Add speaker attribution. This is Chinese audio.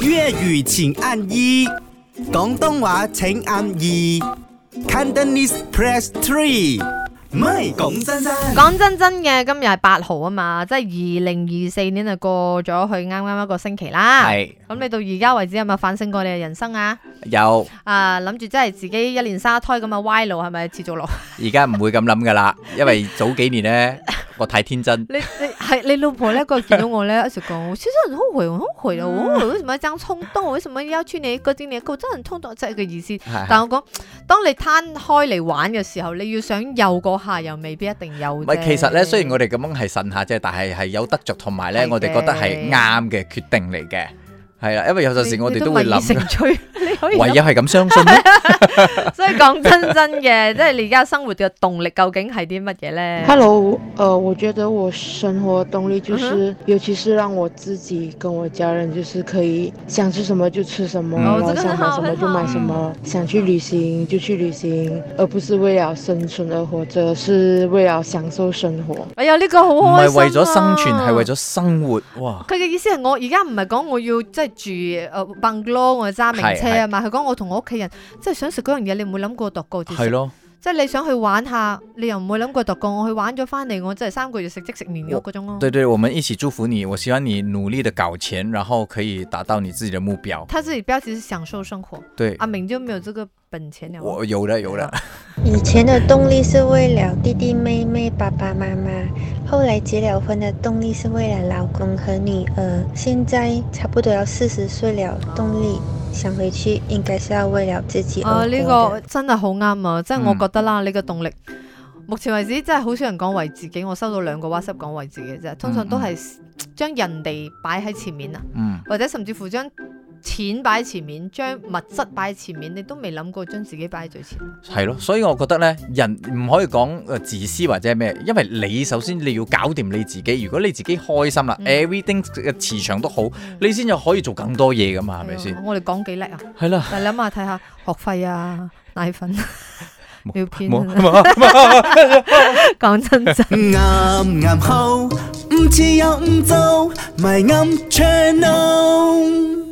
Speaker 1: 粤语请按一，广东话请按二，Cantonese press three。唔係講真真，
Speaker 2: 講真真嘅，今日係八號啊嘛，即係二零二四年就過咗去啱啱一個星期啦。
Speaker 3: 係
Speaker 2: 咁你到而家為止有冇反省過你嘅人生啊？
Speaker 3: 有，
Speaker 2: 啊，諗住真係自己一年沙胎咁嘅歪路係咪持續落？
Speaker 3: 而家唔會咁諗噶啦，因為早幾年咧，我太天真，
Speaker 2: 你你係你老婆咧，佢見到我咧，一直講，我其實很後悔，我很後悔的，我後悔為什麼這樣衝動，我為什麼要去你嗰啲你個真係衝動，即係個意思。
Speaker 3: 係
Speaker 2: 但我講，當你攤開嚟玩嘅時候，你要想有嗰下，又未必一定有啫。
Speaker 3: 唔係其實咧，雖然我哋咁樣係呻下啫，但係係有得着，同埋
Speaker 2: 係
Speaker 3: 咧，
Speaker 2: 嘅
Speaker 3: 我哋覺得係啱嘅決定嚟嘅，係啦，因為有陣時我哋都會
Speaker 2: 你 你
Speaker 3: 諗，
Speaker 2: 民以成趣你可以
Speaker 3: 唯
Speaker 2: 諗
Speaker 3: 有係咁相信咯。
Speaker 2: 所以講真真嘅，即係你而家生活嘅動力究竟係啲乜嘢咧
Speaker 4: Hello，呃，我觉得我生活动力
Speaker 2: 嗯
Speaker 4: 就是，尤其是让我自己跟我家人，就是可以想吃什么就吃什么，
Speaker 3: 嗯
Speaker 4: 然
Speaker 2: 哦
Speaker 4: 后
Speaker 2: 这个
Speaker 4: 想
Speaker 2: 很
Speaker 4: 买
Speaker 2: 好
Speaker 4: 什么就买什么，想去旅行就去旅行，而不是为了生存而活着，是为了享受生活。
Speaker 2: 哎呀，呢、個 好
Speaker 3: 唔
Speaker 2: 開
Speaker 3: 係
Speaker 2: 心、啊、
Speaker 3: 為咗生存，係為。咗生活。哇，
Speaker 2: 佢嘅意思係我而家唔係講我要即係住誒 b u n 我揸名車啊嘛。佢講我同我屋企人即係想食嗰樣嘢，你唔會諗過度過節食
Speaker 3: 係咯，
Speaker 2: 即係你想去玩下，你又唔會諗過度過。我去玩咗翻嚟，我真係三個月食即食麵嗰嗰種咯。
Speaker 3: 對對，我們一起祝福你。我希望你努力的搞錢，然後可以達到你自己的目標。
Speaker 2: 他自己標題是享受生活，
Speaker 3: 對，
Speaker 2: 阿明就沒有這個本錢了。
Speaker 3: 我有的有的。
Speaker 5: 以前的动力是为了弟弟妹妹、爸爸妈妈，后来结了婚的动力是为了老公和女儿。现在差不多要四十岁了，动力想回去应该是要为了自己而
Speaker 2: 啊！
Speaker 5: 活
Speaker 2: 呢、
Speaker 5: 的。
Speaker 2: 個真係好啱啊！即係我
Speaker 3: 嗯
Speaker 2: 覺得啦，你嘅動力，目前為止真係好少人講為自己。我收到兩個 WhatsApp 講為自己啫，通常都係將人哋擺喺前面啊，
Speaker 3: 嗯，
Speaker 2: 或者甚至乎將錢擺喺前面，將物質擺喺前面，你都未諗過將自己擺喺最前。
Speaker 3: 係咯，所以我覺得咧，人唔可以講誒自私或者係咩，因為你首先你要搞掂你自己。如果你自己開心啦、
Speaker 2: 嗯
Speaker 3: e v e r y t h i n g 嘅磁場都好，你先至可以做更多嘢噶嘛，係咪
Speaker 2: 哎
Speaker 3: 先？
Speaker 2: 呀我哋講幾叻啊！
Speaker 3: 係啦，
Speaker 2: 但係諗下睇下學費啊、奶粉、
Speaker 3: 冇
Speaker 2: 尿片
Speaker 3: 冇
Speaker 2: 啊，講真真。
Speaker 1: 啱啱好，唔似又唔做，咪啱 channel。